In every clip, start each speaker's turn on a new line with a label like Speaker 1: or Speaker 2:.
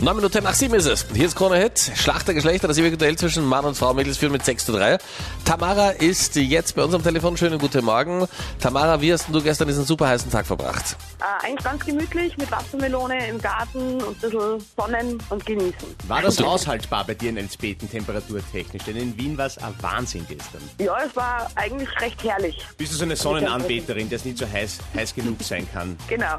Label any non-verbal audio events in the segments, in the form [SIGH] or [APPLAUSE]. Speaker 1: 9 Minuten nach 7 ist es. Hier ist Krone Hit. Schlacht der Geschlechter, das ewige Duell zwischen Mann und Frau. Mädels führen mit 6 zu 3. Tamara ist jetzt bei uns am Telefon. Schönen guten Morgen. Tamara, wie hast denn du gestern diesen super heißen Tag verbracht?
Speaker 2: Äh, eigentlich ganz gemütlich mit Wassermelone im Garten und ein bisschen sonnen und genießen.
Speaker 3: War das aushaltbar bei dir in Elsbeten temperaturtechnisch? Denn in Wien war es ein Wahnsinn gestern.
Speaker 2: Ja, es war eigentlich recht herrlich.
Speaker 3: Bist du so eine Sonnenanbeterin, der es nicht so heiß, heiß genug sein kann?
Speaker 2: Genau.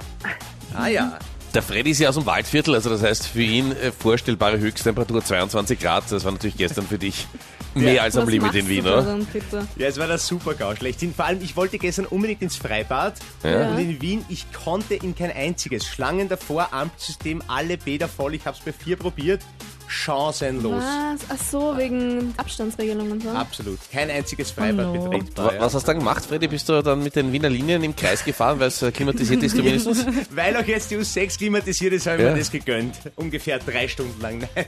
Speaker 3: Ah ja.
Speaker 1: Der Freddy ist ja aus dem Waldviertel, also das heißt für ihn äh, vorstellbare Höchsttemperatur 22 Grad. Das war natürlich gestern für
Speaker 4: [LAUGHS]
Speaker 1: dich mehr als am
Speaker 4: Was
Speaker 1: Limit
Speaker 4: machst
Speaker 1: in Wien,
Speaker 4: du da
Speaker 1: oder?
Speaker 4: dann, bitte?
Speaker 3: Ja, es war das super GAU schlechthin. Vor allem, ich wollte gestern unbedingt ins Freibad.
Speaker 1: Ja.
Speaker 3: Und in Wien, ich konnte in kein einziges. Schlangen davor, Amtssystem, alle Bäder voll. Ich habe es bei vier probiert. Chancenlos.
Speaker 1: Ah.
Speaker 4: Was? Ah, Ach so, wegen Abstandsregelung und so.
Speaker 3: Absolut. Kein einziges Freibad
Speaker 4: Oh no.
Speaker 3: betretbar.
Speaker 1: Wa-
Speaker 3: Ja.
Speaker 1: Was hast du dann gemacht, Freddy? Bist du dann mit den Wiener Linien im Kreis gefahren, weil es äh, klimatisiert ist
Speaker 4: [LAUGHS]
Speaker 1: zumindest?
Speaker 3: Weil auch jetzt die U6 klimatisiert ist, habe ich
Speaker 1: Ja.
Speaker 3: mir das gegönnt. Ungefähr drei Stunden lang. [LAUGHS] Nein.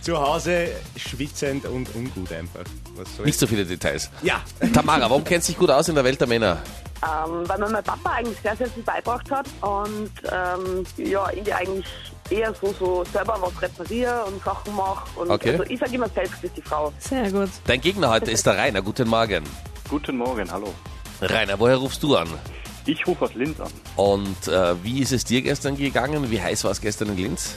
Speaker 3: Zu Hause schwitzend und ungut einfach. Was soll
Speaker 1: Nicht so viele Details.
Speaker 3: Ja,
Speaker 1: Tamara, warum kennst du dich gut aus in der Welt der Männer?
Speaker 2: Ähm, weil mir mein Papa eigentlich sehr, sehr viel beigebracht hat und ähm, ja, ich eigentlich eher so, so selber was repariere und Sachen mache. Und
Speaker 1: Okay.
Speaker 2: also ich sage immer, selbst ist die Frau.
Speaker 4: Sehr
Speaker 1: [LAUGHS]
Speaker 4: gut.
Speaker 1: Dein Gegner heute ist der Rainer. Guten Morgen.
Speaker 5: Guten Morgen, hallo.
Speaker 1: Rainer, woher rufst du an?
Speaker 5: Ich rufe aus Linz an.
Speaker 1: Und äh, wie ist es dir gestern gegangen? Wie heiß war es gestern in Linz?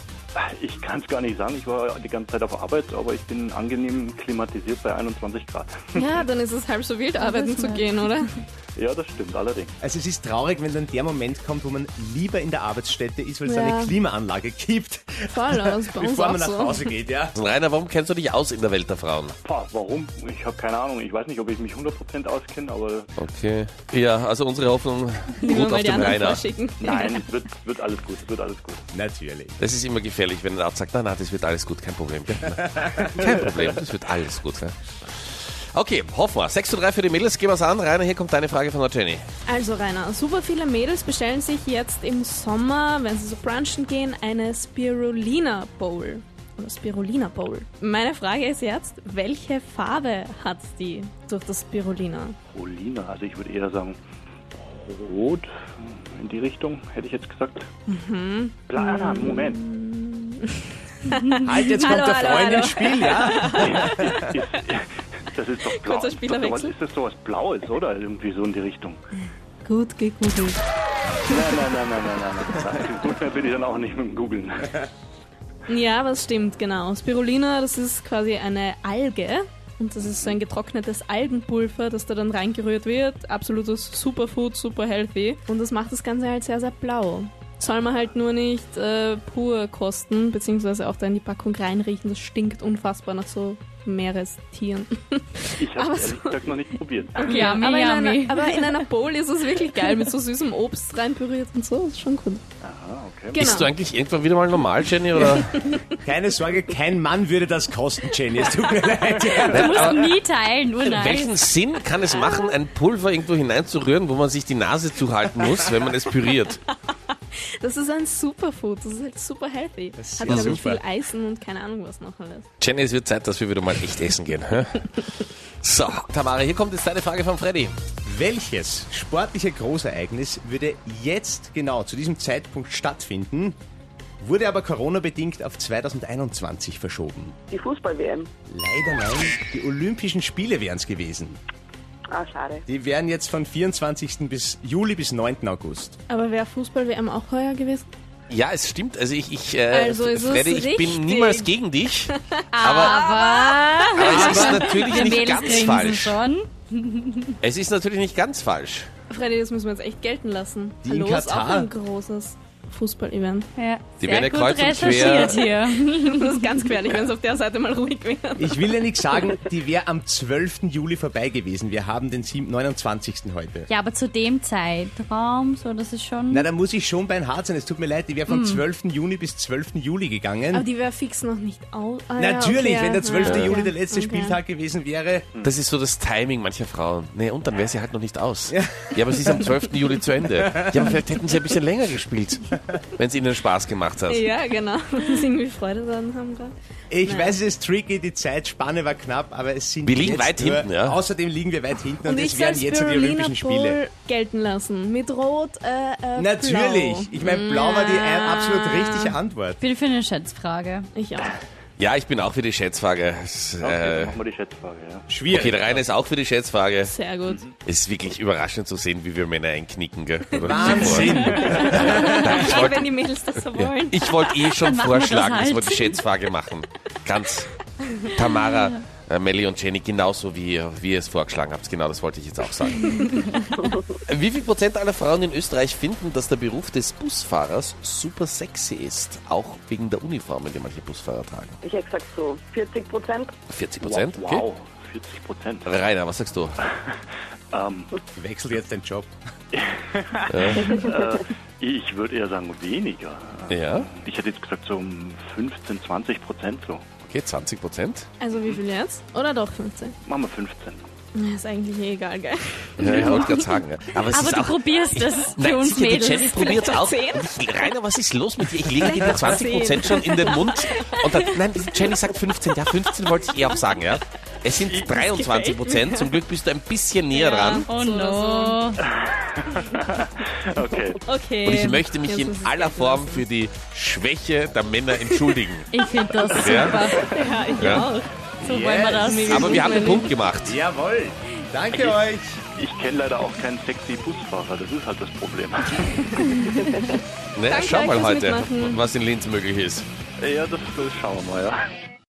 Speaker 5: Ich kann es gar nicht sagen, ich war die ganze Zeit auf Arbeit, aber ich bin angenehm klimatisiert bei 21 Grad.
Speaker 4: Ja, dann ist es halb so wild, arbeiten zu gehen, oder?
Speaker 5: Ja, das stimmt allerdings.
Speaker 3: also es ist traurig, wenn dann der Moment kommt, wo man lieber in der Arbeitsstätte ist, weil es
Speaker 4: Ja.
Speaker 3: eine Klimaanlage gibt,
Speaker 1: [LAUGHS]
Speaker 4: Voll, aber das ist bei uns
Speaker 3: bevor
Speaker 4: auch
Speaker 3: man nach
Speaker 4: so.
Speaker 3: Hause geht, ja.
Speaker 1: Also, Rainer, warum kennst du dich aus in der Welt der Frauen?
Speaker 5: Pah, warum? Ich habe keine Ahnung. Ich weiß nicht, ob ich mich 100% auskenne, aber
Speaker 1: Okay. Ja, also unsere
Speaker 4: [LAUGHS]
Speaker 1: Hoffnung
Speaker 4: Lieber
Speaker 1: ruht
Speaker 4: mal
Speaker 1: auf
Speaker 4: die
Speaker 1: dem
Speaker 4: anderen
Speaker 1: Rainer.
Speaker 4: vorschicken.
Speaker 5: nein, es wird, wird alles gut, es wird alles gut.
Speaker 4: [LAUGHS]
Speaker 3: Natürlich.
Speaker 1: Das ist immer gefährlich, wenn der Arzt sagt, nein, nein, das wird alles gut, kein Problem. gell? Kein Problem, das wird alles gut. Ja. Okay, hoffen wir. 6 zu 3 für die Mädels, gehen wir es an. Rainer, hier kommt deine Frage von der Jenny.
Speaker 4: Also Rainer, super viele Mädels bestellen sich jetzt im Sommer, wenn sie so brunchen gehen, eine Spirulina Bowl. Oder Spirulina Bowl. Meine Frage ist jetzt, welche Farbe hat die durch das Spirulina?
Speaker 5: Olina, also ich würde eher sagen, rot in die Richtung, hätte ich jetzt gesagt.
Speaker 4: Mhm.
Speaker 5: Klar, na, Moment.
Speaker 4: [LAUGHS]
Speaker 5: [LAUGHS]
Speaker 3: Halt, jetzt kommt
Speaker 4: Hallo,
Speaker 3: der
Speaker 4: hallo,
Speaker 3: Freund
Speaker 4: hallo.
Speaker 3: ins Spiel, ja.
Speaker 5: Ist, das ist
Speaker 4: Kurzer
Speaker 5: doch blau. Ist das sowas-
Speaker 4: Spielerwechsel.
Speaker 5: Ist das sowas Blaues, oder? Irgendwie so in die Richtung.
Speaker 4: Gut gegoogelt.
Speaker 5: Nein, nein, nein, nein, nein, nein. nein. [LAUGHS] Gut, mehr bin ich dann auch nicht mit dem Googlen.
Speaker 4: Ja, das stimmt, genau. Spirulina, das ist quasi eine Alge. Und das ist so ein getrocknetes Algenpulver, das da dann reingerührt wird. Absolutes Superfood, super healthy. Und das macht das Ganze halt sehr, sehr blau. Soll man halt nur nicht äh, pur kosten, beziehungsweise auch da in die Packung reinriechen. Das stinkt unfassbar nach so Meerestieren.
Speaker 5: Ich habe
Speaker 4: Aber
Speaker 5: es
Speaker 4: so-
Speaker 5: ehrlich gesagt noch nicht probiert.
Speaker 4: Ja,
Speaker 6: Yummy,
Speaker 4: aber, in
Speaker 6: yummy.
Speaker 4: einer, aber in einer Bowl ist es wirklich geil, mit so süßem Obst reinpüriert und so. Ist schon gut.
Speaker 5: Aha, okay.
Speaker 4: Genau.
Speaker 1: Bist du eigentlich irgendwann wieder mal normal, Jenny?
Speaker 4: [LAUGHS]
Speaker 1: Oder?
Speaker 3: Keine Sorge, kein Mann würde das kosten, Jenny. Es tut mir leid. Ja.
Speaker 6: Du musst nie teilen, oh nein.
Speaker 1: Welchen Sinn kann es machen, ein Pulver irgendwo hineinzurühren, wo man sich die Nase zuhalten muss, wenn man es püriert?
Speaker 4: Das ist ein Superfood, das ist halt super healthy.
Speaker 3: Das ist
Speaker 4: Hat
Speaker 3: ja
Speaker 4: aber
Speaker 3: super.
Speaker 4: viel Eisen und keine Ahnung was noch alles.
Speaker 1: Jenny, es wird Zeit, dass wir wieder mal echt essen gehen. hä? So, Tamara, hier kommt jetzt deine Frage von Freddy.
Speaker 3: Welches sportliche Großereignis würde jetzt genau zu diesem Zeitpunkt stattfinden, wurde aber Corona-bedingt auf 2021 verschoben?
Speaker 2: Die Fußball-WM.
Speaker 3: Leider nein, die Olympischen Spiele wären es gewesen.
Speaker 2: Ah, schade.
Speaker 3: Die wären jetzt von 24. bis Juli bis 9. August.
Speaker 4: Aber wäre Fußball-WM auch heuer gewesen?
Speaker 1: Ja, es stimmt. Also ich, ich äh,
Speaker 4: Also ist es
Speaker 1: Freddy, ich bin
Speaker 4: richtig. Ah.
Speaker 1: niemals gegen
Speaker 4: [LAUGHS]
Speaker 1: dich, aber,
Speaker 6: Aber
Speaker 1: aber es ist natürlich
Speaker 6: die
Speaker 1: nicht
Speaker 6: Mädels
Speaker 1: ganz
Speaker 6: grinsen
Speaker 1: falsch.
Speaker 6: schon.
Speaker 1: Es ist natürlich nicht ganz falsch.
Speaker 4: Freddy, das müssen wir jetzt echt gelten lassen.
Speaker 3: Die in
Speaker 4: Hallo, ist auch
Speaker 3: Katar.
Speaker 4: ein großes [LAUGHS] Fußball-Event.
Speaker 6: Ja,
Speaker 1: Die
Speaker 6: sehr
Speaker 1: werden ja
Speaker 6: gut
Speaker 1: kreuz und
Speaker 6: recherchiert
Speaker 1: quer.
Speaker 6: hier.
Speaker 4: Das ist ganz gefährlich, wenn es auf der Seite mal ruhig wäre.
Speaker 3: Ich will ja nichts sagen, die wäre am 12. Juli vorbei gewesen. Wir haben den 7. 29. heute.
Speaker 6: Ja, aber zu dem Zeitraum, so das ist schon.
Speaker 3: Na, da muss ich schon beim Hart sein. Es tut mir leid, die wäre vom
Speaker 4: Hm.
Speaker 3: 12. Juni bis 12. Juli gegangen.
Speaker 4: Aber die wäre fix noch nicht aus. Ah, ja,
Speaker 3: Natürlich,
Speaker 4: okay.
Speaker 3: wenn der 12.
Speaker 4: Ah, okay.
Speaker 3: Juli der letzte
Speaker 4: Okay.
Speaker 3: Spieltag gewesen wäre.
Speaker 1: Das ist so das Timing mancher Frauen. Nee, und dann wäre sie halt noch nicht aus. Ja, aber sie ist am 12. Juli zu Ende. Ja, aber vielleicht hätten sie ein bisschen länger gespielt. wenn es Ihnen Spaß gemacht hat.
Speaker 4: Ja, [LAUGHS] genau. Wenn sie irgendwie Freude daran haben gerade.
Speaker 3: Ich weiß, es ist tricky, die Zeitspanne war knapp, aber es sind
Speaker 1: Wir liegen
Speaker 3: jetzt
Speaker 1: weit
Speaker 3: nur,
Speaker 1: hinten, ja.
Speaker 3: Außerdem liegen wir weit hinten und,
Speaker 4: Und ich
Speaker 3: es
Speaker 4: soll
Speaker 3: wären jetzt die
Speaker 4: Spirulina
Speaker 3: Olympischen Spiele.
Speaker 4: Bowl gelten lassen. Mit Rot, äh, äh,
Speaker 3: Natürlich.
Speaker 4: Blau.
Speaker 3: Ich meine, blau war die ein, absolut richtige Antwort.
Speaker 6: Bin für eine Schätzfrage.
Speaker 4: Ich auch.
Speaker 1: Ja, ich bin auch für die Schätzfrage. Es,
Speaker 5: Okay,
Speaker 1: äh,
Speaker 5: dann machen wir die Schätzfrage, ja.
Speaker 3: Schwierig.
Speaker 1: Okay, der Rainer ist auch für die Schätzfrage.
Speaker 4: Sehr gut.
Speaker 1: Es ist wirklich überraschend zu sehen, wie wir Männer einknicken. Gell? Oder
Speaker 3: Wahnsinn.
Speaker 4: Hey, wenn die Mädels das so
Speaker 1: Ja.
Speaker 4: wollen.
Speaker 1: Ich wollte eh schon
Speaker 6: Dann machen wir das
Speaker 1: vorschlagen, dass
Speaker 6: halt.
Speaker 1: wir die Schätzfrage machen. Ganz Tamara, äh, Melli und Jenny, genauso wie, wie ihr es vorgeschlagen habt. Genau, das wollte ich jetzt auch sagen.
Speaker 6: [LAUGHS]
Speaker 1: wie viel Prozent aller Frauen in Österreich finden, dass der Beruf des Busfahrers super sexy ist? Auch wegen der Uniformen, die manche Busfahrer tragen.
Speaker 2: Ich hätte gesagt so 40 Prozent.
Speaker 1: 40 Prozent?
Speaker 5: Wow, wow 40 Prozent.
Speaker 1: Okay. Rainer, was sagst du?
Speaker 5: Ähm,
Speaker 3: Wechselt jetzt den Job.
Speaker 5: ich würde eher sagen weniger.
Speaker 1: Ja,
Speaker 5: Ich hätte jetzt gesagt so um 15, 20 Prozent so.
Speaker 1: okay, 20 Prozent.
Speaker 4: Also wie viel jetzt? Oder doch 15?
Speaker 5: Machen wir 15.
Speaker 4: Ja, Ist eigentlich eh egal, gell?
Speaker 1: Ja, ich wollte gerade sagen. ja. Aber es
Speaker 6: Aber
Speaker 1: ist
Speaker 6: du
Speaker 1: auch [LAUGHS]
Speaker 6: probierst es für uns
Speaker 1: sicher,
Speaker 6: Mädels.
Speaker 1: Die Jenny probiert es auch.
Speaker 4: Vielleicht auch
Speaker 1: Ich- Rainer, was ist los mit dir? Ich lege dir die 20 Prozent
Speaker 4: Prozent.
Speaker 1: schon in den Mund. Und dann, nein, Jenny sagt 15. Ja, 15 wollte ich eh auch sagen, ja. Es sind 23 Prozent. Zum Glück bist du ein bisschen näher dran.
Speaker 6: Oh
Speaker 4: So oder
Speaker 6: no.
Speaker 5: Okay.
Speaker 4: so. Okay.
Speaker 1: Und ich möchte mich
Speaker 4: Jetzt
Speaker 1: in
Speaker 4: muss es
Speaker 1: aller
Speaker 4: gelten
Speaker 1: Form
Speaker 4: lassen.
Speaker 1: für die Schwäche der Männer entschuldigen.
Speaker 6: Ich finde das super.
Speaker 1: Ja.
Speaker 4: Ja, ich
Speaker 1: Ja.
Speaker 4: auch.
Speaker 6: So wollen wir das.
Speaker 1: Aber wir haben den Punkt gemacht.
Speaker 3: Jawohl. Danke euch.
Speaker 5: Ich kenne leider auch keinen sexy Busfahrer, das ist halt das Problem.
Speaker 1: Ne,
Speaker 4: Danke
Speaker 1: schau
Speaker 4: euch
Speaker 1: Ne, mal
Speaker 4: fürs
Speaker 1: heute,
Speaker 4: Mitmachen.
Speaker 1: was in Linz möglich ist.
Speaker 5: ja, das, das schauen wir mal, ja.